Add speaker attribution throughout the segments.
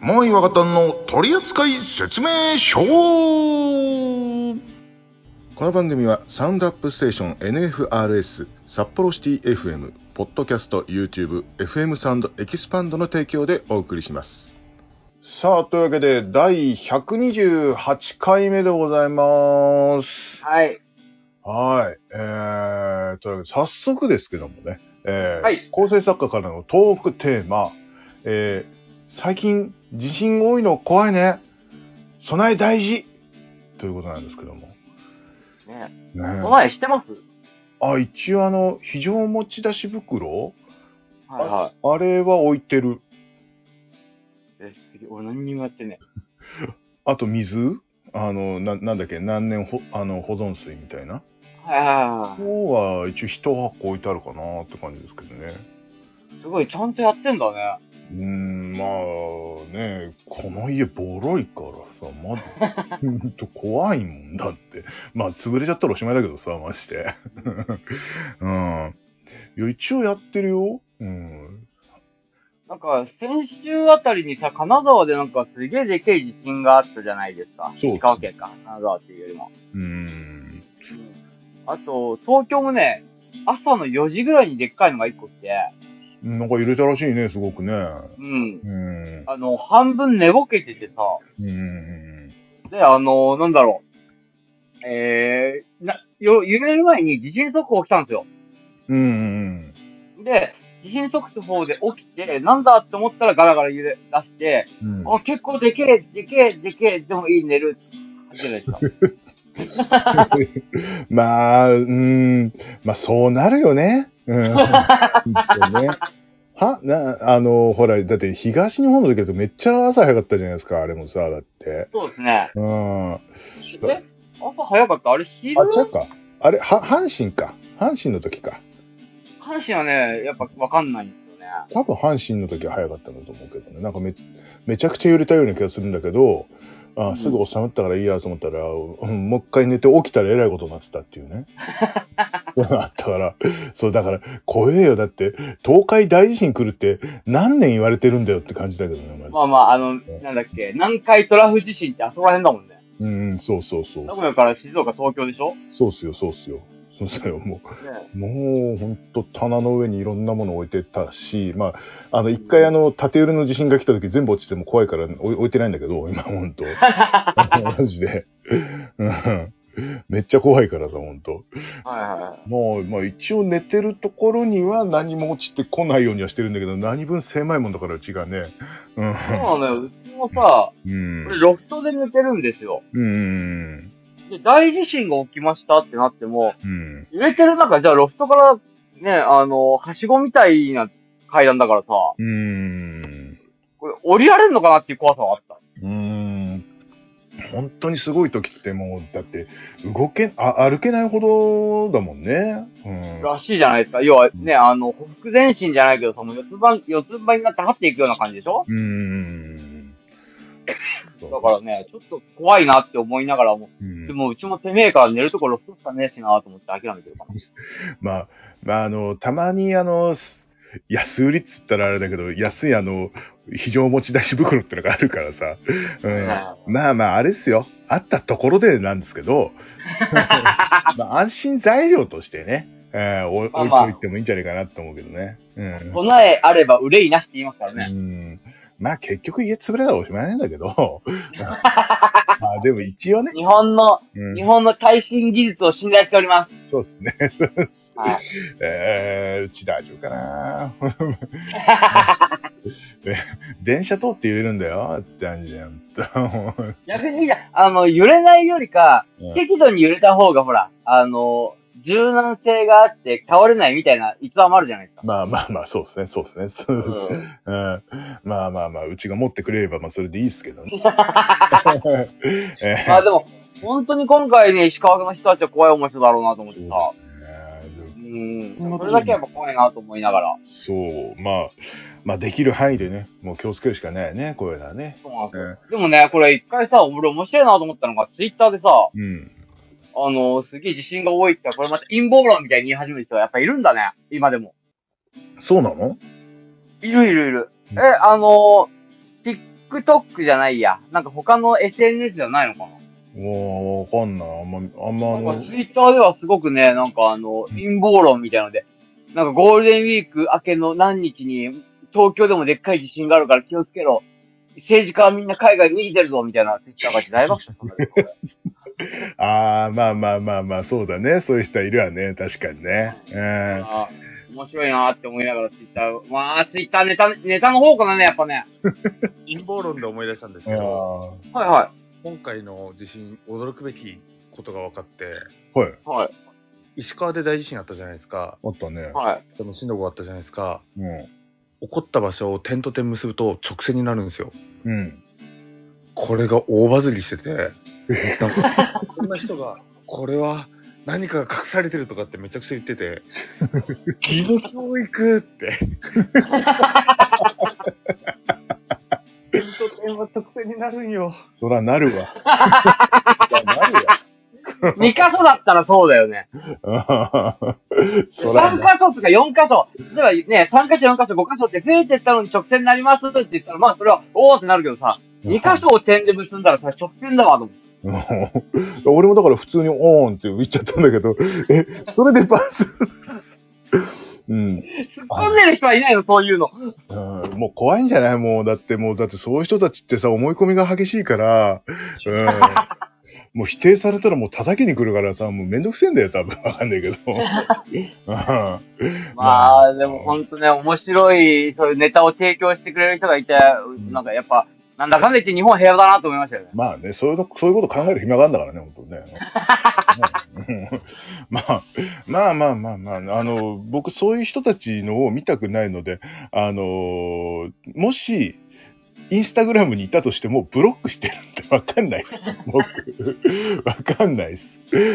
Speaker 1: もう岩方の取扱説明書この番組はサウンドアップステーション NFRS 札幌シティ FM ポッドキャスト YouTube FM サウンドエキスパンドの提供でお送りしますさあというわけで第128回目でございます
Speaker 2: はい。
Speaker 1: はいえー、というわけで早速ですけどもね、えー
Speaker 2: はい
Speaker 1: 構成作家からの東北テーマ、えー最近地震多いの怖いね備え大事ということなんですけども
Speaker 2: ね、
Speaker 1: ね
Speaker 2: お前してます
Speaker 1: あ、一応あの、非常持ち出し袋
Speaker 2: はいは
Speaker 1: あれは置いてる。
Speaker 2: い。え、俺何にもやってね
Speaker 1: あと水あの、な、なんだっけ、何年ほ、あの、保存水みたいな。
Speaker 2: え。はいはいは
Speaker 1: 今日は一応一箱置いてあるかなって感じですけどね。
Speaker 2: い。すごい、ちゃんとやってんだね。
Speaker 1: うーん、まあね、この家ボロいからさ、まず、ほんと怖いもんだって。 まあ潰れちゃったらおしまいだけどさ、まして。 うん。いや、一応やってるよ。うん。
Speaker 2: なんか、先週あたりにさ、金沢でなんかすげえでけえ地震があったじゃないですか。
Speaker 1: そう
Speaker 2: 石川県か。金沢っていうよりも。
Speaker 1: うーん。
Speaker 2: あと、東京もね、朝の4時ぐらいにでっかいのが1個来て、
Speaker 1: なんか揺れたらしいね、すごくね。
Speaker 2: うん。
Speaker 1: うん。
Speaker 2: あの、半分寝ぼけててさ、
Speaker 1: うん。
Speaker 2: で、あの、なんだろう。えー、な、よ、揺れる前に地震速報来たんですよ。
Speaker 1: うんうん
Speaker 2: で、地震速報で起きて、なんだって思ったらガラガラ揺れ出して、
Speaker 1: うん。うん
Speaker 2: あ、結構でけえ、でけえ、でけえ、でもいい、寝る。初めてだった
Speaker 1: まあ、うん。まあ、そうなるよね。うん。そうね。は、な、あの、ほら、だって東日本の時だとめっちゃ朝早かったじゃないですか、あれもさ、だって。
Speaker 2: そうですね。
Speaker 1: うん。あ、
Speaker 2: え朝早かったあれ昼
Speaker 1: ちゃうか。あれ、は、阪神か。阪神の時か。
Speaker 2: 阪神はね、やっぱわかんないんですよね。
Speaker 1: 多分阪神の時は早かったんだと思うけどね。なんかめ、めちゃくちゃ揺れたような気がするんだけど、あ
Speaker 2: うん
Speaker 1: すぐ収まったからいいやと思ったら、うんもう一回寝て起きたらえらいことになってたっていう ね。あったから、そうだから、怖えよ。だって、東海大地震来るって何年言われてるんだよって感じだけどね、まず
Speaker 2: まあまあ、あの、なんだっけ、南海トラフ地震ってあそこら辺だもんね。
Speaker 1: うん、そうそうそう
Speaker 2: 名。古屋から静岡、東京でしょ
Speaker 1: そうっすよ、そうっすよ。そうっすよ、もう。
Speaker 2: ね
Speaker 1: もう本当棚の上にいろんなもの置いてたし、まあ、あの一回あの縦揺れの地震が来た時全部落ちても怖いから置い置いてないんだけど、今本当 マジで。うんめっちゃ怖いからさ、本当
Speaker 2: はいはいはい。
Speaker 1: もう、まあ一応寝てるところには何も落ちてこないようにはしてるんだけど、何分狭いもんだからうちがね。うん。
Speaker 2: そうなのよ。うちもさ、
Speaker 1: うん
Speaker 2: これロフトで寝てるんですよ。
Speaker 1: うん。
Speaker 2: で、大地震が起きましたってなっても、
Speaker 1: うん。
Speaker 2: 揺れてる中、じゃあロフトから、ね、あの、はしごみたいな階段だからさ、こ
Speaker 1: うん。
Speaker 2: れ降りられるのかなっていう怖さはあった。
Speaker 1: うーん本当にすごい時ってもうだって動けあ歩けないほどだもんね。うん、
Speaker 2: らしいじゃないですか。要はね、あの、ほふく前進じゃないけどさ、もう四つ葉、四つ葉になって張っていくような感じでしょ
Speaker 1: うーん。だ
Speaker 2: だからね、ちょっと怖いなって思いながらも、
Speaker 1: うん
Speaker 2: でもうちもてめえから寝るところロフトしかねえしなと思って諦めてるから。
Speaker 1: まあ、まあ、あの、たまに、あの、す安売りっつったらあれだけど、安いあの、非常持ち出し袋ってのがあるからさ。うん。まあまあ、あれですよ。あったところでなんですけ ど、まあ、安心材料としてね、えー、お
Speaker 2: まあ
Speaker 1: 置い
Speaker 2: まあ
Speaker 1: といてもいいんじゃないかなと思うけどね。うん。
Speaker 2: 備えあれば憂いなしって言いますからね。
Speaker 1: うんまあ結局家潰れたらおしまいなんだけ ど。まあでも一応ね。
Speaker 2: 日本の、
Speaker 1: うん
Speaker 2: 日本の最新技術を信頼しております。
Speaker 1: そうですね。
Speaker 2: はい。
Speaker 1: えー、うち大丈夫か な電車通って言えるんだよって感じじゃん。
Speaker 2: 逆にいいじゃんあの、揺れないよりか
Speaker 1: うん、
Speaker 2: 適度に揺れた方が、ほら、あの、柔軟性があって倒れないみたいな逸話もあるじゃないですか。
Speaker 1: まあまあまあ、そうですね、そうですね。そううん、まあまあまあ、うちが持ってくれれば、まあそれでいいですけどね。 えー
Speaker 2: まあでも、本当に今回ね、石川の人たちは怖い思いしただろうなと思ってさ。
Speaker 1: そうですね
Speaker 2: うん
Speaker 1: そんな。こ
Speaker 2: そ
Speaker 1: と
Speaker 2: れ
Speaker 1: ない
Speaker 2: だけはやっぱ怖いなと思いながら。
Speaker 1: そう、まあ、まあできる範囲でね、もう気をつけるしかないよね、こういうのはね。
Speaker 2: そうなんです
Speaker 1: うん
Speaker 2: よでもね、これ一回さ、俺面白いなと思ったのが、ツイッターでさ、
Speaker 1: うん。
Speaker 2: あの、すげえ地震が多いって、これまた陰謀論みたいに言い始める人はやっぱいるんだね。今でも。
Speaker 1: そうなの
Speaker 2: いるいるいる。
Speaker 1: うん
Speaker 2: え、あの、 TikTok じゃないや。なんか他の SNS じゃないのかな
Speaker 1: もう、わかんない。あんま、あんまあ
Speaker 2: な
Speaker 1: の
Speaker 2: んか、ツイッターではすごくね、なんかあの、陰謀論みたいので、なんかゴールデンウィーク明けの何日に、東京でもでっかい地震があるから気をつけろ。政治家はみんな海外に逃げてるぞ、みたいなツイッターがあって大爆笑したん だけどこれ。
Speaker 1: ああ、まあまあまあまあ、そうだね。そういう人はいるわね。確かにね。うん。
Speaker 2: あー面白いなーって思いながらツイッター、まあツイッターネタ、ネタの方かなね、やっぱね。
Speaker 3: 陰謀論で思い出したんです
Speaker 1: あ
Speaker 3: けど、
Speaker 1: ー
Speaker 2: はいは
Speaker 3: 今回の地震、驚くべきことが分かって、
Speaker 1: はい。
Speaker 2: い。はい。
Speaker 3: 石川で大地震あったじゃないですか。
Speaker 1: あったね。
Speaker 2: はい。
Speaker 3: その震度5あったじゃないですか。
Speaker 1: うん。
Speaker 3: 起こった場所を点と点結ぶと直線になるんですよ。
Speaker 1: うん。
Speaker 3: これが大バズりしてて、なんか、こんな人が、これは何かが隠されてるとかってめちゃくちゃ言ってて、義務教育って、点と点は直線になるんよ。
Speaker 1: そらなるわ。そらなる
Speaker 2: 2箇所だったらそうだよね。
Speaker 1: わ。 そら
Speaker 2: 3
Speaker 1: な
Speaker 2: 箇所とか4箇所。例えばね、3箇所、4箇所、5箇所って増えてったのに直線になりますって言ったら、まあそれは、おーってなるけどさ、2箇所を点で結んだらさ、直線だわ、と思って。
Speaker 1: うん俺もだから普通にオーンって言っちゃったんだけど、え、それでパス。 うん。
Speaker 2: 突っ込んでる人はいないの、そういうの。
Speaker 1: うんもう怖いんじゃないもう、だってもう、だってそういう人たちってさ、思い込みが激しいから、うん。もう否定されたらもう叩きに来るからさ、もうめんどくせえんだよ、多分。わかんないけど。うん
Speaker 2: まあ、でもほんとね、面白い、そういうネタを提供してくれる人がいて、なんかやっぱ、なんだかんだ言って日本平和だなと思いましたよね。
Speaker 1: まあね、そういうの、そういうこと考える暇があるんだからね、本当にね。うん まあ、まあまあまあまあ、あの、僕そういう人たちのを見たくないので、あのーもし、インスタグラムにいたとしても、ブロックしてるってわかんないです。僕、わかんないです、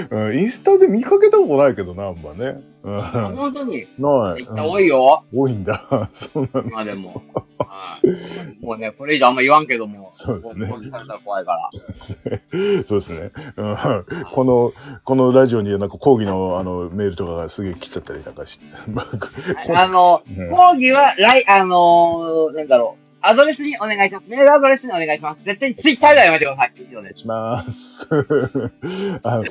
Speaker 1: うん。インスタで見かけたことないけどな、あんまね。うん、な
Speaker 2: 本当に。
Speaker 1: い。
Speaker 2: 人多いよ、
Speaker 1: うん多いんだ。そうなんだ。
Speaker 2: 今で も。はいもうね、これ以上あんま言わんけども、
Speaker 1: そうですね
Speaker 2: 攻撃されたら怖いから。
Speaker 1: そうですね。うん、この、このラジオになんか講義のあのメールとかがすげえ来ちゃったりなんかして。
Speaker 2: あの、
Speaker 1: うん
Speaker 2: 講義は、来、あのー、なんだろう。アドレスにお願いします。メールアドレスにお願いします。絶対にツイッターではやめてください。以上で
Speaker 1: お願い
Speaker 2: す。
Speaker 1: します。あの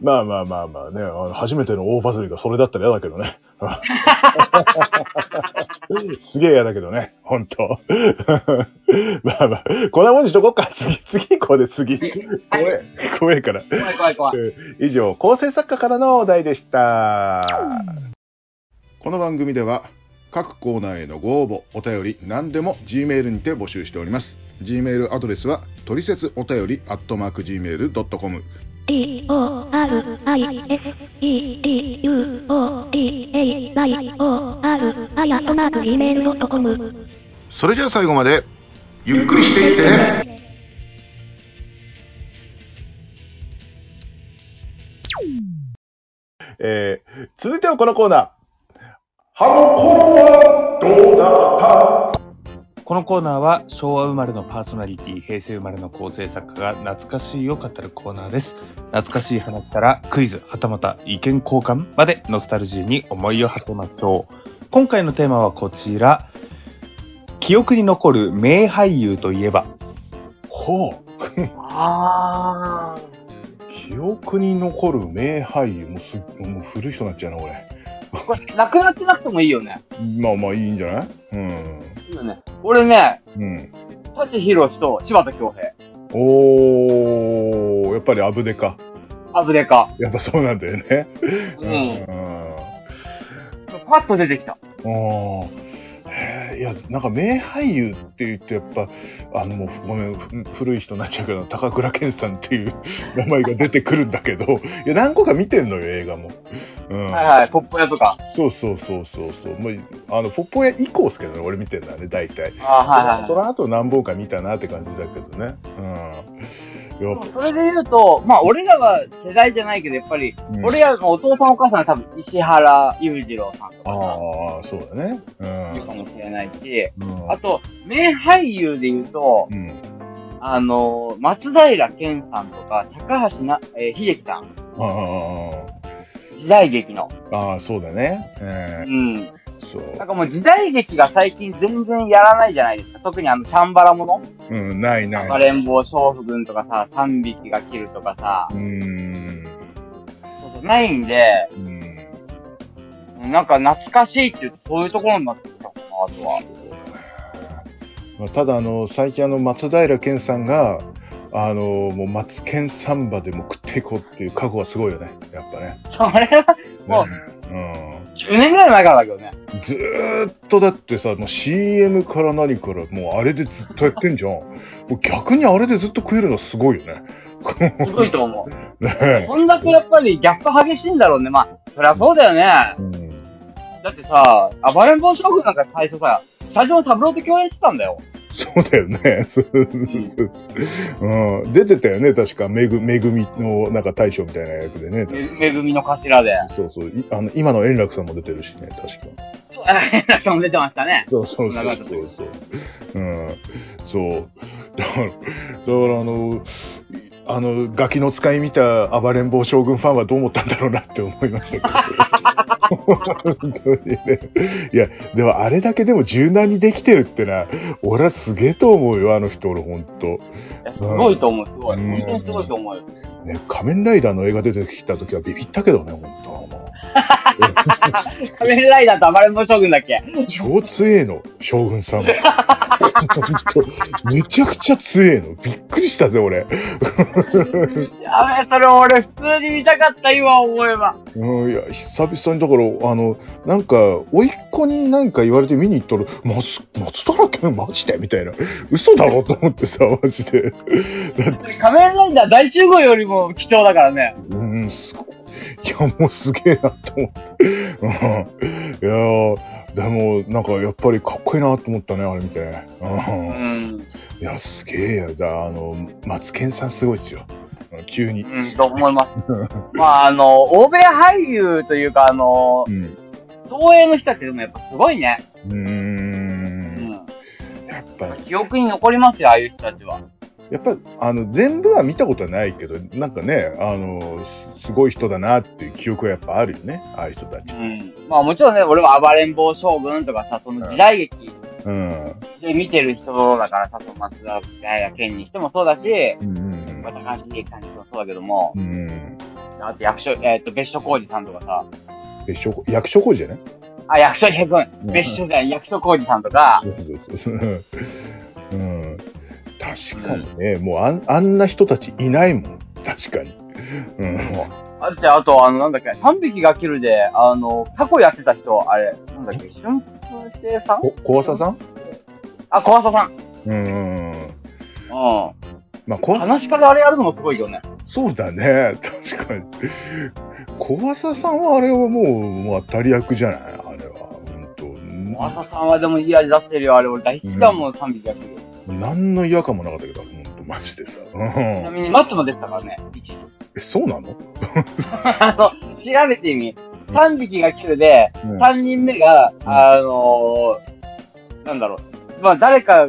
Speaker 1: まあまあまあまあね、あの初めての大バズりがそれだったら嫌だけどね。 すげえ嫌だけどね、ほんと。 まあまあ、こんなもんにしとこっか。次、次行こうで、次。怖え、怖えから。
Speaker 2: 怖い怖い怖い。
Speaker 1: 以上、構成作家からのお題でした。この番組では、各コーナーへのご応募、お便り、何でも G メールにて募集しております。G メールアドレスは、トリセツお便り、アットマーク Gmail.com。
Speaker 4: D O R I S E T U O T A Y O R あやとなく Gmail.com
Speaker 1: それじゃあ最後まで、ゆっくりしていってね。えー続いてはこのコーナー。
Speaker 3: このコーナーは昭和生まれのパーソナリティ、平成生まれの構成作家が懐かしいを語るコーナーです。懐かしい話からクイズ、はたまた意見交換までノスタルジーに思いを馳せましょう。今回のテーマはこちら。記憶に残る名俳優といえば、
Speaker 1: ほう。
Speaker 2: あ
Speaker 1: 記憶に残る名俳優。もうすもう古い人になっちゃうな、俺。
Speaker 2: ー。これ、なくなってなくてもいいよね。
Speaker 1: まあまあいいんじゃないうん。
Speaker 2: いいよね。俺ね、
Speaker 1: うん。
Speaker 2: 舘ひろしと柴田恭平。
Speaker 1: おー、やっぱりアブデか。
Speaker 2: ハズレか。
Speaker 1: やっぱそうなんだよね。
Speaker 2: う。
Speaker 1: うんん。
Speaker 2: パッと出てきた。
Speaker 1: ああ、へえいやなんか名俳優って言ってやっぱあのもうごめんふ古い人になっちゃうけど高倉健さんっていう名前が出てくるんだ けどいや何個か見てんのよ映画も、うん
Speaker 2: はいはい、ポップ屋とか。
Speaker 1: そうそうそうそうそうもうあのポッポ屋以降ですけどね俺見てんだね大体、
Speaker 2: あーはいはい
Speaker 1: そ
Speaker 2: はい。
Speaker 1: の後何本か見たなって感じだけどねうんやっ
Speaker 2: それで言うと、まあ俺らは世代じゃないけど、やっぱり、
Speaker 1: ぱ、うん
Speaker 2: 俺らのお父さんお母さんは多分石原裕次郎さんと
Speaker 1: あ
Speaker 2: かさ
Speaker 1: あそうだねう
Speaker 2: いるか
Speaker 1: ん
Speaker 2: もしれないし、
Speaker 1: うん
Speaker 2: あと、名俳優で言うと
Speaker 1: う、ん
Speaker 2: あの、松平健さんとか、高橋な、えー秀樹さん、
Speaker 1: あー
Speaker 2: 時代劇の。
Speaker 1: あーそうだね、え
Speaker 2: うん。
Speaker 1: そ
Speaker 2: なん
Speaker 1: う。
Speaker 2: かもう時代劇が最近全然やらないじゃないですか。特にあの、チャンバラもの。
Speaker 1: うん、ないない。
Speaker 2: 暴れん坊娼婦軍とかさ、三匹が切るとかさ
Speaker 1: う、ーん。
Speaker 2: そうそうないんで、
Speaker 1: うん。
Speaker 2: なんか懐かしいっていうとそういうところになってきたかな、あとは。
Speaker 1: まあただあの最近あの松平健さんがあのもう松健サンバでも食っていこうっていう覚悟はすごいよねやっぱね。
Speaker 2: それはもう
Speaker 1: うん
Speaker 2: 10年ぐらい前からだけどね。
Speaker 1: ずーっとだってさもう CM から何からもうあれでずっとやってんじゃん。もう逆にあれでずっと食えるのすごいよね。
Speaker 2: すごいと思う。
Speaker 1: ね
Speaker 2: こんだけやっぱりギャップ激しいんだろうね。まあ、そりゃそうだよね。
Speaker 1: うん、
Speaker 2: だってさ、暴れん坊将軍なんか最初さ、最初のタブローと共演してたんだよ。
Speaker 1: そうだよね。うん、出てたよね確かめぐめぐみのなんか大将みたいな役でね。
Speaker 2: めめぐみの頭で。
Speaker 1: そうそういあの今の円楽さんも出てるしね確か。
Speaker 2: そう変な人も出てましたね。
Speaker 1: そうそうそ
Speaker 2: な
Speaker 1: う
Speaker 2: か
Speaker 1: そう
Speaker 2: った
Speaker 1: そう。うん。そう。だから、だからあの、あの、ガキの使い見た暴れん坊将軍ファンはどう思ったんだろうなって思いましたけど。本当にね。いや、でもあれだけでも柔軟にできてるってな、俺はすげえと思うよ、あの人、俺ほんと。
Speaker 2: いやすごいと思う、すごい。
Speaker 1: うん
Speaker 2: 本当にすごいと思うよ。
Speaker 1: ね、仮面ライダーの映画出てきた時はビビったけどね、ほんと。あの
Speaker 2: 仮面ライダーと暴れん坊将軍だっけ
Speaker 1: 超強えの、将軍さんは。ほんとめちゃくちゃ強えの。びっくりしたぜ、俺。
Speaker 2: やべえ、それ俺普通に見たかった、今思えば。
Speaker 1: うん、いや久々にだからあのなんか甥っ子になんか言われて見に行ったら「松松原健マジで?」みたいな嘘だろと思ってさマジで
Speaker 2: 仮面ライダー大集合よりも貴重だからね。
Speaker 1: うんすごいいやもうすげえなと思って、うん、いやーでもなんかやっぱりかっこいいなと思ったねあれ見て、
Speaker 2: う
Speaker 1: うん、
Speaker 2: ん。
Speaker 1: いやすげえやだあの松健さんすごいですようん急に、
Speaker 2: うん、と思い ます。まあ、あの、欧米俳優というか、あの
Speaker 1: う、ん、
Speaker 2: 東映の人たちでもやっぱすごいね。
Speaker 1: うー
Speaker 2: うんん。
Speaker 1: やっぱ
Speaker 2: 記憶に残りますよ、ああいう人たちは。
Speaker 1: やっぱあの全部は見たことはないけどなんかねあのすすごい人だなっていう記憶はやっぱあるよねああいう人た
Speaker 2: う
Speaker 1: ち。
Speaker 2: ん。まあもちろんね、俺は暴れん坊将軍とかさ、その時代劇
Speaker 1: うん
Speaker 2: で見てる人だからさ、その松田平健にしてもそうだし、
Speaker 1: うん
Speaker 2: まあ高橋英樹さんにしてもそうだけども、
Speaker 1: うんうん
Speaker 2: あと役所、えっ、と、別所広司さんとかさ、
Speaker 1: 別所役所工事じゃない
Speaker 2: あ、役所、えごめん
Speaker 1: うん
Speaker 2: 別所じゃない役所広司さんとか、
Speaker 1: そうそうそううんうん確かにね、もうあんあんな人たちいないもん確かに。うん
Speaker 2: あと、あと、あの、なんだっけ、三匹がキルで、あの、過去やってた人、あれ、なんだっけ、春風亭さん
Speaker 1: こ小朝さん
Speaker 2: あ、小朝さん。
Speaker 1: うん
Speaker 2: う
Speaker 1: まあ小
Speaker 2: ん。
Speaker 1: 朝
Speaker 2: 話からあれやるのもすごいよね。
Speaker 1: そうだね 確かに小朝さんはあれはもうもう当たり役じゃないあれは本当
Speaker 2: 小朝さんはでもいい味出してるよ、あれ、俺大好きだもん、三匹がキル。
Speaker 1: 何の違和感もなかったけど、本当マジでさ。う、
Speaker 2: ちなんみに、マッチも出てたからね、 一時。
Speaker 1: え、そうなの、
Speaker 2: あの、調べてみ。三匹がキルで、
Speaker 1: うん
Speaker 2: 三人目が、あのー、なんだろう。まあ、誰かが、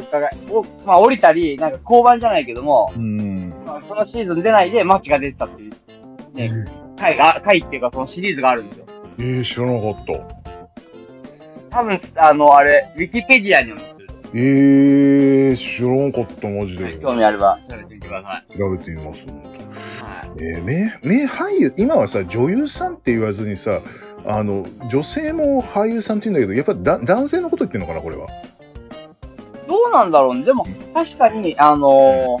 Speaker 2: おまあ、降りたり、なんか降板じゃないけども、
Speaker 1: うん。
Speaker 2: まあ、そのシーズン出ないでマッチが出てたっていう、ね、回が、回っていうか、そのシリーズがあるんですよ。
Speaker 1: えー、知らなかった。
Speaker 2: 多分、あの、あれ、ウィキペディアにも載ってる
Speaker 1: えー、知らなかった、マジで。
Speaker 2: 興味あれば、調べてみてください。
Speaker 1: 調べてみます、本当
Speaker 2: はい。
Speaker 1: えー、名、名俳優、今はさ、女優さんって言わずにさ、あの、女性も俳優さんって言うんだけど、やっぱだ男性のこと言ってるのかな、これは。
Speaker 2: どうなんだろうね。でも、確かに、あの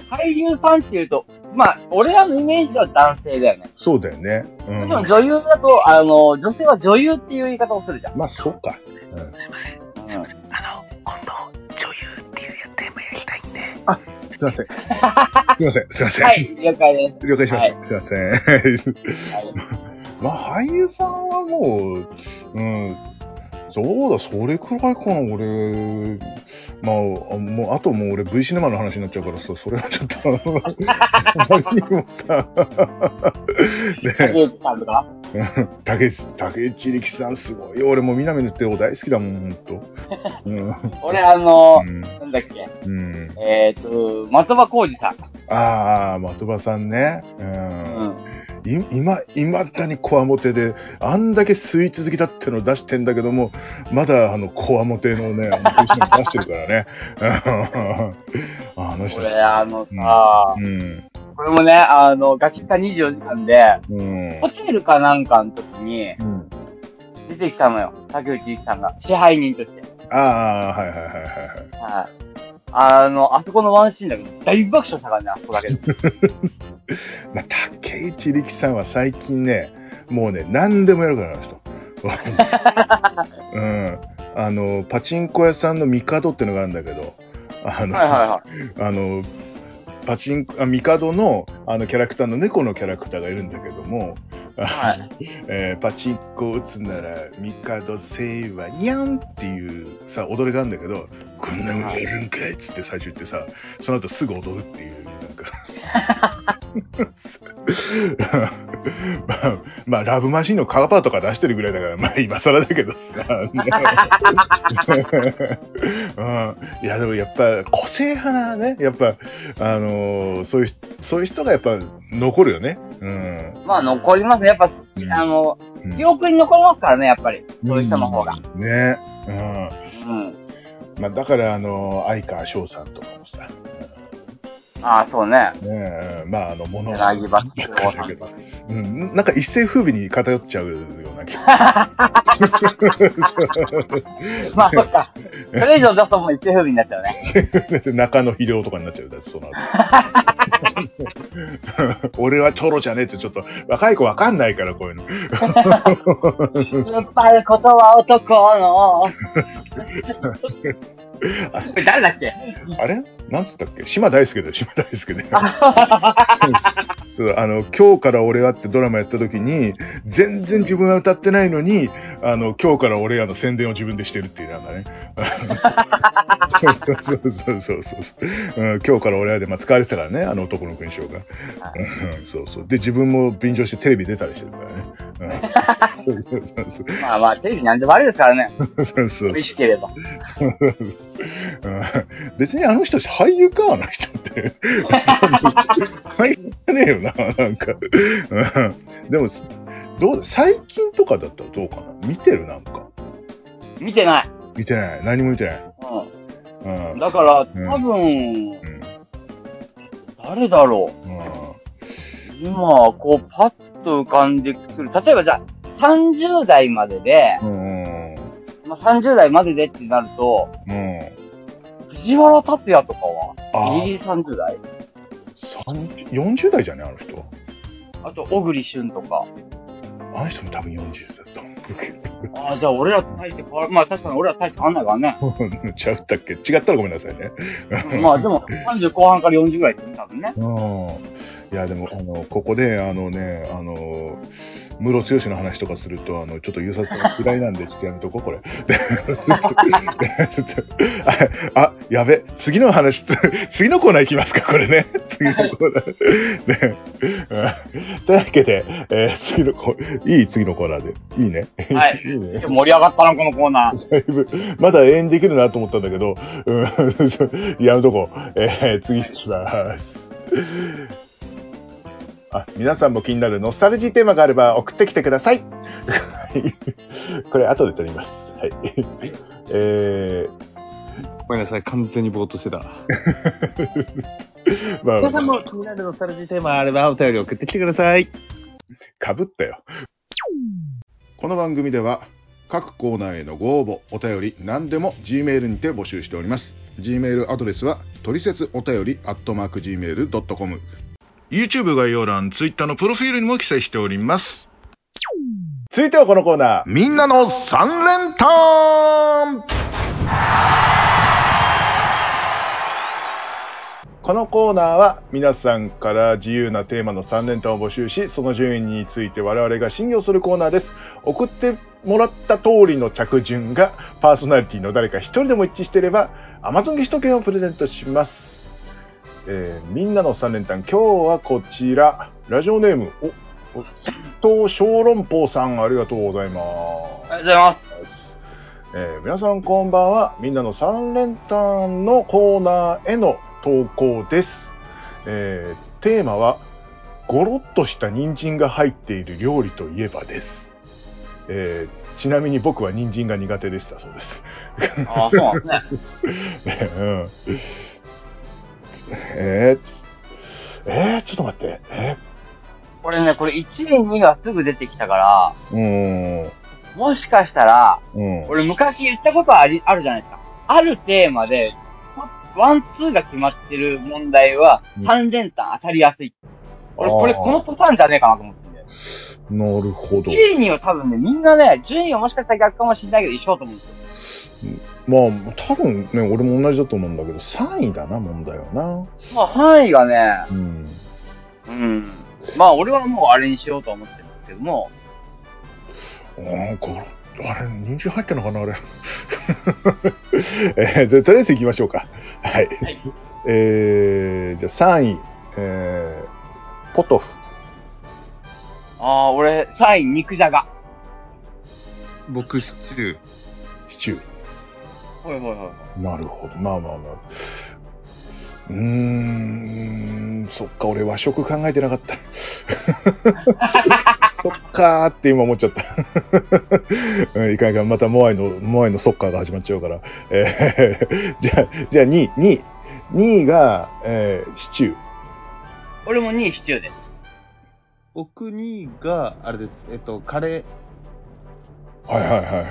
Speaker 2: ー、俳優さんっていうと、まあ、俺らのイメージでは男性だよね。
Speaker 1: そうだよね。う
Speaker 2: もちろん
Speaker 1: ん。
Speaker 2: 女優だと、あの、女性は女優っていう言い方をするじゃん。
Speaker 1: まあ、そうか。す いません。すいません、すいません。
Speaker 2: はい、了解です。
Speaker 1: 了解しました。すいません。
Speaker 2: はい
Speaker 1: まあ、俳優さんはもう、うん、そうだ、それくらいかな、俺。まあ、あもう、あともう俺 V シネマの話になっちゃうからさ、それはちょっと、あの、何もさ、ね
Speaker 2: 竹内さんとか。
Speaker 1: え、竹内竹内力さんすごいよ。俺もう南の帝王大好きだもん、ほんと。うん。
Speaker 2: 俺、あの、
Speaker 1: うん
Speaker 2: なんだっけ、
Speaker 1: うん。
Speaker 2: えっ、と、松葉浩二さん。
Speaker 1: ああ、的場さんね。う。
Speaker 2: うんん。
Speaker 1: いい今、いまだにこわもてで、あんだけスイーツ好きだってのを出してんだけども、まだあの、こわもてのね、あの人出してるからね。 あの人
Speaker 2: こ。れ、あのさ、
Speaker 1: うん。
Speaker 2: これもね、あの、ガチャ24時間で、
Speaker 1: うん。
Speaker 2: ホテルかなんかの時に
Speaker 1: うん、
Speaker 2: 出てきたのよ。竹内力さんが。支配人として。
Speaker 1: ああ、はいはいはいはいはい。
Speaker 2: はい。あの、あそこのワンシーンだけど、大爆笑したからね、あそこだけで。
Speaker 1: まあ、竹内力さんは最近ねもうね何でもやるからあの人 うんあのパチンコ屋さんの帝ってのがあるんだけどあの、
Speaker 2: はいはいはい。
Speaker 1: あのパチンコあ帝のあのキャラクターの猫のキャラクターがいるんだけども、
Speaker 2: はい
Speaker 1: えーパチンコ打つなら帝せいはにゃんっていうさ踊りがあるんだけどこんなもんやるんかいっつって最初言ってさその後すぐ踊るっていうなんか まあ、まあ、ラブマシンのカバーとか出してるぐらいだから、まあ今更だけどさ、うん、いやでもやっぱ個性派なね、やっぱ、あのーそういう、そういう人がやっぱ残るよね。うん。
Speaker 2: まあ、残りますね。やっぱ、
Speaker 1: うん
Speaker 2: あの、
Speaker 1: うん
Speaker 2: 記憶に残りますからね、やっぱり。そういう人の方が。
Speaker 1: ね。うん。
Speaker 2: うん。
Speaker 1: まあ、だから、あの、相川翔さんとかもさ、
Speaker 2: ああ、そうね。
Speaker 1: ねえ、まあ、あの、もの
Speaker 2: 柳葉
Speaker 1: ばっ
Speaker 2: 敏郎
Speaker 1: か
Speaker 2: さ
Speaker 1: だ
Speaker 2: ん
Speaker 1: け
Speaker 2: と
Speaker 1: ど
Speaker 2: か。、
Speaker 1: うん、なんか一世風靡に偏っちゃうような気が。
Speaker 2: まあ、そ っか。それ以上出すともう一世風靡になっちゃうね。
Speaker 1: 中野秀夫とかになっちゃうだってその 後 俺はトロじゃねえってちょっと若い子わかんないからこういうの
Speaker 2: 突っ張ることは男の。 これ誰だっけ
Speaker 1: あれなんつったっけ島大輔だよ島大輔ね そうあの今日から俺はってドラマやった時に全然自分は歌ってないのにあの今日から俺やの宣伝を自分でしてるっていうなんかね そうそうそうそうそう、うん、今日から俺はで、まあ、使われてたからねあの男の勲章がうんそうそう。で、自分も便乗してテレビ出たりしてるからね。うんそうそうそう
Speaker 2: まあまあ、テレビなんでもあれですからね。
Speaker 1: そうそうそう
Speaker 2: 美味しければ。
Speaker 1: うん別にあの人俳優か、あの人って。俳優じゃねえよな、なんか。うんでも、どう最近とかだったらどうかな見てるなんか。
Speaker 2: 見てない。
Speaker 1: 見てない。何も見てない。うん
Speaker 2: うん。だから、
Speaker 1: ん
Speaker 2: 多分、
Speaker 1: うん
Speaker 2: 誰だろう。
Speaker 1: うん
Speaker 2: 今、こう、パッと浮かんでくる。例えばじゃあ、30代までで、
Speaker 1: うん
Speaker 2: まあ、30代まででってなると、
Speaker 1: うん
Speaker 2: 藤原竜也とかは、
Speaker 1: あ
Speaker 2: ギリギリ30代。
Speaker 1: あ、30 40代じゃねあの人。
Speaker 2: あと、小栗旬とか。
Speaker 1: あの人も多分40代だと思うけど。
Speaker 2: ああ、じゃあ俺らと大して変わる。まあ確かに俺らと大して変わんないからね。
Speaker 1: ちゃったっけ違ったらごめんなさいね。
Speaker 2: まあでも、30後半から40ぐらいですよね、多 分ね。
Speaker 1: うんいやでもあのここであのねあのムロツヨシの話とかするとあのちょっと優作が嫌いなんでちょっとやめとこうこれ。ちょっとああやべ次の話次のコーナー行きますかこれね。次のコーナーね、うんというわけで、えー次のコいい次のコーナーでいいね。
Speaker 2: はい。
Speaker 1: いいね。
Speaker 2: 盛り上がったな、このコーナー。
Speaker 1: だいぶ、まだ永遠できるなと思ったんだけど、うん、 やめとこう。えー次行きます。あ、皆さんも気になるノスタルジーテーマがあれば送ってきてください。これ、後で撮ります。はい。え
Speaker 3: ごめんなさい、完全にぼーっとしてた。
Speaker 1: ー、まあ、まあ
Speaker 3: も気になるノスタルジーテーマあればお便り送ってきてください。
Speaker 1: かぶったよ。この番組では、各コーナーへのご応募、お便り、何でも G メールにて募集しております。G メールアドレスは、トリセツお便り、アットマーク Gmail.com。YouTube 概要欄、Twitter のプロフィールにも記載しております。続いてはこのコーナー、みんなの三連単このコーナーは皆さんから自由なテーマの3連単を募集しその順位について我々が審議をするコーナーです送ってもらった通りの着順がパーソナリティの誰か1人でも一致していれば Amazon ギフト券をプレゼントします、えーみんなの3連単今日はこちらラジオネームおお藤小籠包さんありがとうございます
Speaker 2: ありがとうございま
Speaker 1: えー皆さんこんばんはみんなの三連単のコーナーへの投稿です、えーテーマはゴロッとした人参が入っている料理といえばです。えーちなみに僕は人参が苦手でしたそうです。
Speaker 2: ああ、そうなんですね。
Speaker 1: ねうんえー、えー、ちょっと待って。え
Speaker 2: これね、これ1位、2がすぐ出てきたから、
Speaker 1: ー、うーん。
Speaker 2: もしかしたら、
Speaker 1: うん、
Speaker 2: 俺昔言ったことありあるじゃないですか。あるテーマで、ワン、ツーが決まってる問題は
Speaker 1: う、ん
Speaker 2: 三連単当たりやすい。俺、
Speaker 1: あー
Speaker 2: これ、このパターンじゃねえかなと思ってんで。
Speaker 1: なるほど。
Speaker 2: 1位、2は多分ね、みんなね、順位はもしかしたら逆かもしれないけど、一緒だと思うんですよ。
Speaker 1: まあ、多分ね、俺も同じだと思うんだけど、3位だな、問題はな。
Speaker 2: まあ、範囲がね、
Speaker 1: うん。
Speaker 2: うん。まあ、俺はもうあれにしようと思ってるんですけども、
Speaker 1: うん、これ、あれ、人参入ってんのかな、あれ。 えー、じゃあとりあえず行きましょうか。はい。
Speaker 2: はい
Speaker 1: えー、じゃあ3位、えー、ポトフ。
Speaker 2: ああ、俺、3位、肉じゃが。
Speaker 3: 僕、シチュー。
Speaker 1: シチュ
Speaker 2: はいはいはい。
Speaker 1: ー。なるほど。まあまあまあ。うーん、そっか、俺和食考えてなかった。 そっかーって今思っちゃった。うん、いかんいかん、またモアイの、モアイのソッカーが始まっちゃうから。えーじゃあ、じゃあ2位、2位。2位が、えーシチュー。
Speaker 2: 俺も2位、シチューです。
Speaker 3: 僕2位が、あれです。えっと、カレ
Speaker 1: はいはいはいはい。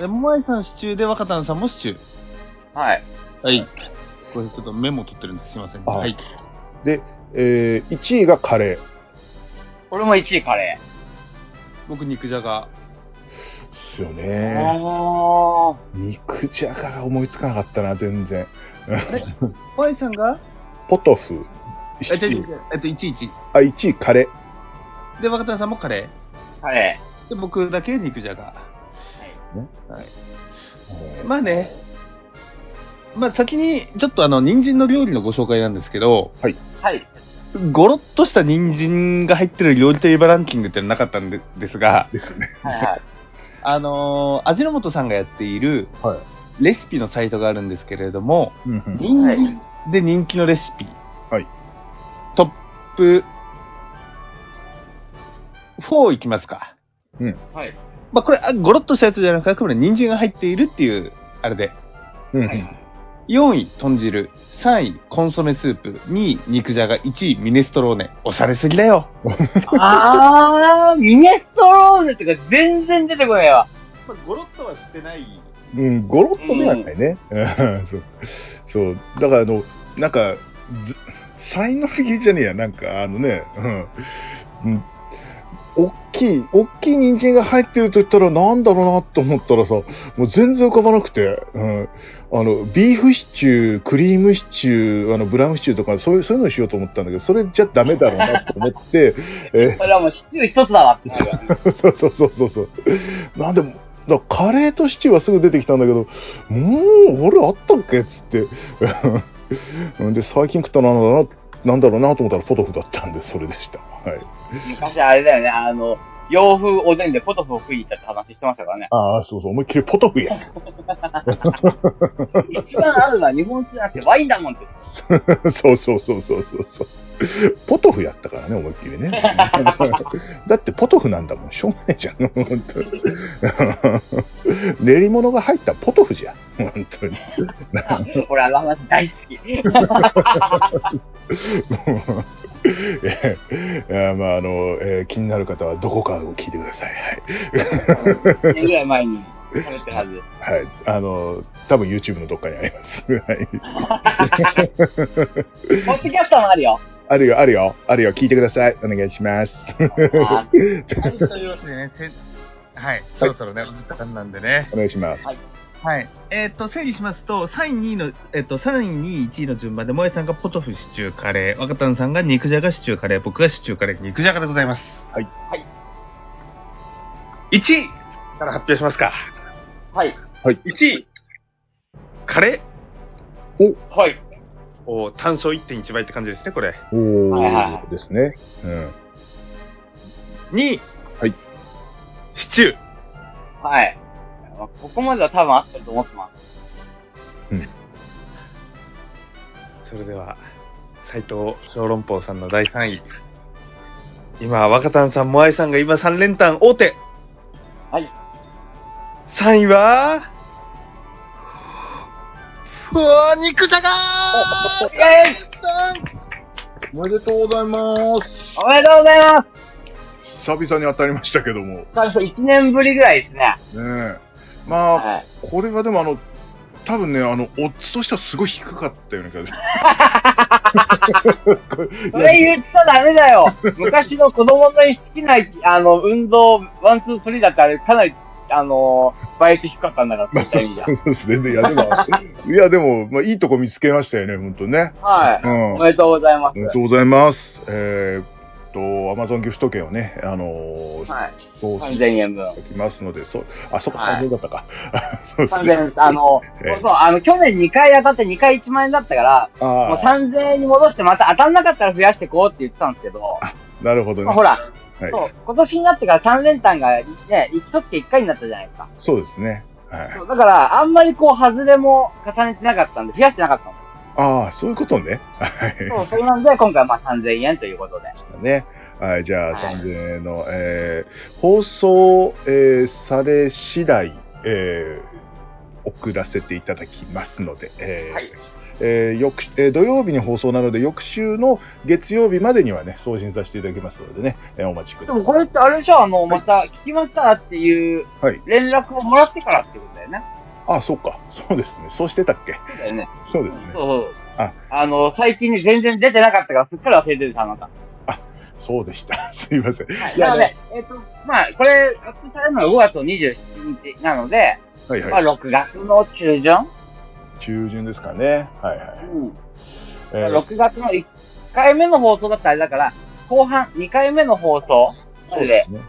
Speaker 3: ー。え、モアイさんシチューで若田さんもシチュー。
Speaker 2: はい。
Speaker 3: はい。これちょっとメモ取ってるんです。すいません。
Speaker 1: あ
Speaker 3: はい。
Speaker 1: えー、1位がカレー。
Speaker 2: 俺も1位、カレー。
Speaker 3: 僕、肉じゃが。
Speaker 1: ですよ
Speaker 2: あ
Speaker 1: ね。
Speaker 2: ー
Speaker 1: 肉じゃがが思いつかなかったな、全然。
Speaker 3: れモアイさんが
Speaker 1: ポトフ。
Speaker 3: え、違う違
Speaker 1: シ
Speaker 3: う違うえっと、11。
Speaker 1: あ、1位カレー。
Speaker 3: で、若田さんもカレ
Speaker 2: カレ
Speaker 3: ー。で、僕だけ肉じゃが。
Speaker 1: うん
Speaker 3: まあね。まあ、先に、ちょっとあの、人参の料理のご紹介なんですけど、
Speaker 2: ー。はい。
Speaker 3: ゴロッとした人参が入ってる料理といえばランキングってなかったんでですが、
Speaker 1: ですね。
Speaker 2: はいはい。
Speaker 3: あのー味の素さんがやっている
Speaker 1: は
Speaker 3: レシピのサイトがあるんですけれども、
Speaker 1: うんうん
Speaker 3: 人
Speaker 2: はい
Speaker 3: 参で人気のレシピ、
Speaker 1: はい
Speaker 3: トップ4いきますか。
Speaker 2: はい。
Speaker 3: まあ、これ、あゴロッとしたやつじゃなくて、あくまで人参が入っているっていう、あれで、
Speaker 1: うん
Speaker 2: は
Speaker 1: う
Speaker 2: い
Speaker 1: ん。
Speaker 3: 4位、豚汁、3位、コンソメスープ、2位、肉じゃが、1位、ミネストローネ。おしゃれすぎだよ。
Speaker 2: あー、ミネストローネとか全然出てこないわ。
Speaker 3: まあ、ゴロッとはしてない。
Speaker 1: うん、ゴロッとではないね。うんそう。そう。だから、あの、なんか、ず才能的じゃねえや、なんか、あのね、うん。うん大きい、大きい人参が入ってると言ったら、なんだろうなと思ったらさ、もう全然浮かばなくて、うん。あの、ビーフシチュー、クリームシチュー、あの、ブラウンシチューとか、そういう、そういうのしようと思ったんだけど、それじゃダメだろうなと思って、え
Speaker 2: これはもうシチュー一つだわってなるわ。
Speaker 1: そうそうそうそうそう。なんでも、だからカレーとシチューはすぐ出てきたんだけど、もう、俺あったっけっつって。うん で、最近食ったのなんだな、なんだろうなと思ったらポトフだったんで、それでした。はい。。
Speaker 2: 昔あれだよね、あの、洋風おでんでポトフを食いに行ったって話してましたからね
Speaker 1: ああ、そうそう、思いっきりポトフや。
Speaker 2: 一番あるのは日本酒じゃなくてワインだもんって。
Speaker 1: そうそうそうそうそうそう。ポトフやったからね、思いっきりね。 だってポトフなんだもん、しょうがないじゃん、本当に。 練り物が入ったポトフじゃん、本当に。
Speaker 2: これあの話大好き。
Speaker 1: ええいやまああの、えー気になる方はどこかを聞いてください。
Speaker 2: 1年ぐらい前に喋ってるは
Speaker 1: はい、
Speaker 2: ず。
Speaker 1: はい、あの多分 YouTube のどっかにあります。 はい、
Speaker 2: ポッドキャストもあるよ。
Speaker 1: あるよあるよあるよ聞いてくださいお願いします。
Speaker 2: あ
Speaker 3: はい、というわけでね、せはい、そろそろね、お時間なんでね。
Speaker 1: お願いします。
Speaker 3: はい。えっ、と、整理しますと、3位、2位の、えっ、と、3位、2位、1位の順番で、萌えさんがポトフシチューカレー、若田さんが肉じゃがシチューカレー、僕がシチューカレー、肉じゃがでございます。
Speaker 1: はい。
Speaker 2: はい
Speaker 3: 1位から発表しますか。
Speaker 2: はい。
Speaker 3: 1位、カレ
Speaker 2: はい。
Speaker 3: ーお単勝1.1倍って感じですね、これ。
Speaker 1: おお、
Speaker 2: はいは
Speaker 1: ですね。うん。
Speaker 3: 2位、
Speaker 1: はい。
Speaker 3: シチュー。
Speaker 2: はい。ここまでは多分合ってると思ってます。
Speaker 3: それでは、斎藤小籠包さんの第3位。今、若田さん、モアイさんが今3連単大手。
Speaker 2: はい。
Speaker 3: 3位は、うわー肉じゃがー
Speaker 2: イェイ
Speaker 5: おめでとうございます。
Speaker 2: おめでとうございます
Speaker 1: 久々に当たりましたけども。
Speaker 2: 最初1年ぶりぐらいですね。
Speaker 1: ねえ。まあ、
Speaker 2: はい。
Speaker 1: これはでもあの、多分ね、あの、オッズとしてはすごい低かったような気が する これ。
Speaker 2: それ言っちゃダメだよ昔の子供の好きな、あの、運動、ワン、ツー、スリーだってあれ、かなり、あの、倍率低かったんだから、
Speaker 1: まあ、
Speaker 2: そ
Speaker 1: そ
Speaker 2: う
Speaker 1: う
Speaker 2: いう意味じゃ
Speaker 1: そうそうですね。いや、でも、 いや、でも、まあ、いいとこ見つけましたよね、本当ね。
Speaker 2: はい。
Speaker 1: うん。
Speaker 2: お
Speaker 1: あ
Speaker 2: めでとうございます
Speaker 1: り。がとうございます。えーっと、アマゾンギフト券をね、あのー、
Speaker 2: はい。
Speaker 1: そうし
Speaker 2: 3000円分。
Speaker 1: てきますので、そう、あ、そこ
Speaker 2: はい
Speaker 1: 半分だったか。 そうですね。
Speaker 2: 3000円、あの、
Speaker 1: ええ
Speaker 2: そうそう、あの、去年2回当たって2回1万円だったから、もう
Speaker 1: あ
Speaker 2: 3000円に戻してまた当たんなかったら増やしてこうって言ってたんですけど、
Speaker 1: あ、なるほど
Speaker 2: まあ
Speaker 1: ね
Speaker 2: ほ。ら、
Speaker 1: はい
Speaker 2: そう、今年になってから3連単がね、1月1回になったじゃないですか。
Speaker 1: そうですね。はい。
Speaker 2: そうだから、あんまりこう、外れも重ねてなかったんで、増やしてなかったんです
Speaker 1: ああ、そういうことね。はい。
Speaker 2: そう、それなんで、今回はまあ3000円ということで。
Speaker 1: ね。はい、じゃあ、
Speaker 2: はい
Speaker 1: 3000円の、えー放送、えーされ次第、えー送らせていただきますので、えー
Speaker 2: はい
Speaker 1: えー翌えー土曜日に放送なので、翌週の月曜日までにはね、送信させていただきますのでね、えーお待ちく
Speaker 2: で
Speaker 1: ださい
Speaker 2: も。これってあれでしょ、あの、
Speaker 1: はい
Speaker 2: また聞きましたっていう
Speaker 1: はい、
Speaker 2: 連絡をもらってからってことだよね。
Speaker 1: あ、そうか。そうですね。そうしてたっけ
Speaker 2: そうだよね。
Speaker 1: そうですね。
Speaker 2: そうそう。
Speaker 1: あ
Speaker 2: あの、最近ね全然出てなかったから、すっかり忘れてるさ、あなた。
Speaker 1: そうでした。 すいません。
Speaker 2: はい。
Speaker 1: いや
Speaker 2: なので、えっ、と、まあ、これ、発表されるのは5月27日なので、
Speaker 1: はい
Speaker 2: ま
Speaker 1: は
Speaker 2: あ、
Speaker 1: い。
Speaker 2: 6月の中旬、
Speaker 1: 中旬ですかね。はいはい。
Speaker 2: うん
Speaker 1: えー
Speaker 2: 6月の1回目の放送だったらあれだから、後半2回目の放送
Speaker 1: そ
Speaker 2: ま
Speaker 1: う
Speaker 2: で
Speaker 1: ですね。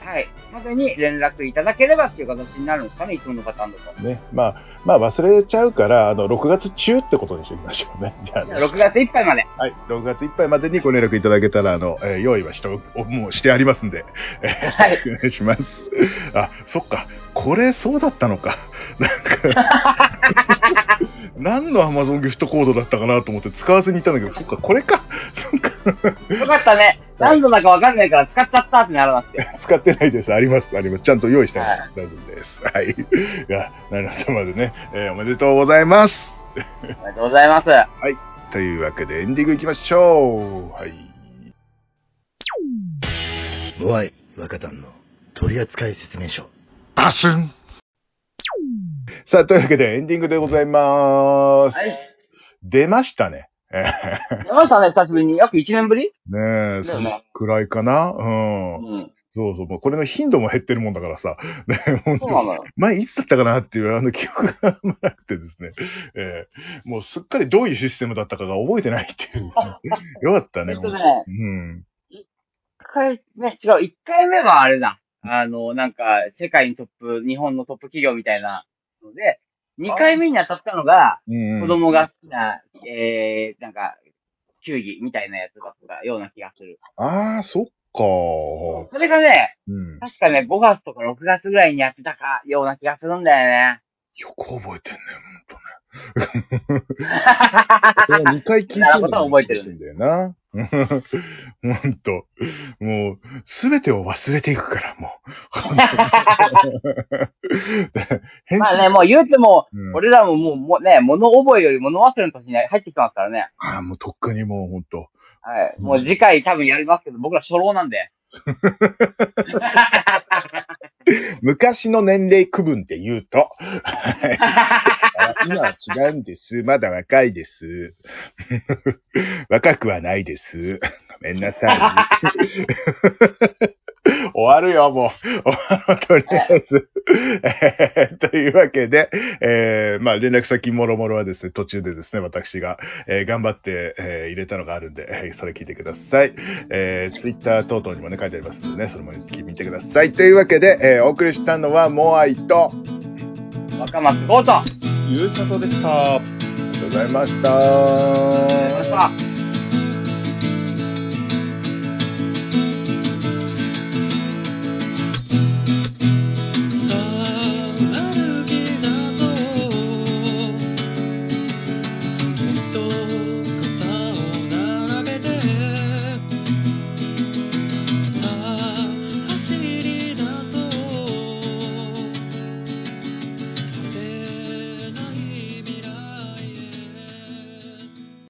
Speaker 2: はい、までに連絡いただければっていう形になるんですかね、いつものパターンだと。
Speaker 1: ね。まあ、まあ忘れちゃうから、あの、6月中ってことにしておきましょうね。 じゃあね。
Speaker 2: 6月いっぱいまで。
Speaker 1: はい、6月いっぱいまでにご連絡いただけたら、あの、えー用意はしておおもうしてありますんで、 え
Speaker 2: は
Speaker 1: ー
Speaker 2: い。
Speaker 1: お願いします。あ、そっか、これそうだったのか。 なんか、何の Amazon ギフトコードだったかなと思って使わずにいたんだけど、そっか、これか。 そっか、
Speaker 2: よかったね。何度だかわかんないから使っちゃったってならなくて。
Speaker 1: 使ってないです。あります、あります。ちゃんと用意してます。大丈夫です。はい。 いや、なるほどまでね、えーおめでとうございます。
Speaker 2: ありがとうございます。
Speaker 1: というわけでエンディングいきましょう。はい。
Speaker 5: モアイ若旦の取扱説明書。
Speaker 3: バスン
Speaker 1: さあ、というわけでエンディングでございます。
Speaker 2: はい。
Speaker 1: 出ましたね。え
Speaker 2: 山田さんね、久しぶりに約1年ぶり
Speaker 1: へねえ、
Speaker 2: だ
Speaker 1: その
Speaker 2: よね
Speaker 1: くらいかな。う。
Speaker 2: うん
Speaker 1: そうそう。もうこれの頻度も減ってるもんだからさ。ね、本
Speaker 2: そ
Speaker 1: 当
Speaker 2: うな のよ。
Speaker 1: 前いつだったかなっていうあの記憶があんまなくてですね。ええもうすっかりどういうシステムだったかが覚えてないっていう。よかった
Speaker 2: え
Speaker 1: ね。
Speaker 2: っとね、
Speaker 1: うん。
Speaker 2: 一回ね、違う、一回目はあれだ。あの、なんか、世界のトップ、日本のトップ企業みたいなので、二回目に当たったのが、
Speaker 1: うん、
Speaker 2: 子供が好きな、えー、なんか、球技みたいなやつだったような気がする。
Speaker 1: ああ、そっか。
Speaker 2: それがね、
Speaker 1: うん。
Speaker 2: 確かね、5月とか6月ぐらいにやってたか、ような気がするんだよ ね。
Speaker 1: よく覚えて んね、ほんとね。2回聞いて
Speaker 2: なるほど覚えてる
Speaker 1: んだよな。 ほんと。もう、すべてを忘れていくから、も う。変
Speaker 2: まあね、もう言うても、
Speaker 1: うん
Speaker 2: 俺らももうもうね、物覚えより物忘れの年に入ってきてますからね。
Speaker 1: ああ、もうとっくにもうほんと。
Speaker 2: はい。もう次回多分やりますけど、僕ら初老なんで。
Speaker 1: 昔の年齢区分で言うと、あ今は違うんです。まだ若いです。 若くはないです。ごめんなさい。 終わるよ、もう。終わるとりあえず。えー というわけで、えーまあ、連絡先もろもろはですね、途中でですね、私が、えー頑張って、えー入れたのがあるんで、えーそれ聞いてください。えー、ツイッター等々にもね、書いてありますのでね、それも見てください。というわけで、えーお送りしたのは、モアイと、
Speaker 2: 若松豪と、
Speaker 3: ゆうさとでした。
Speaker 1: あ
Speaker 2: 呃
Speaker 1: りがとうございました。
Speaker 2: さあ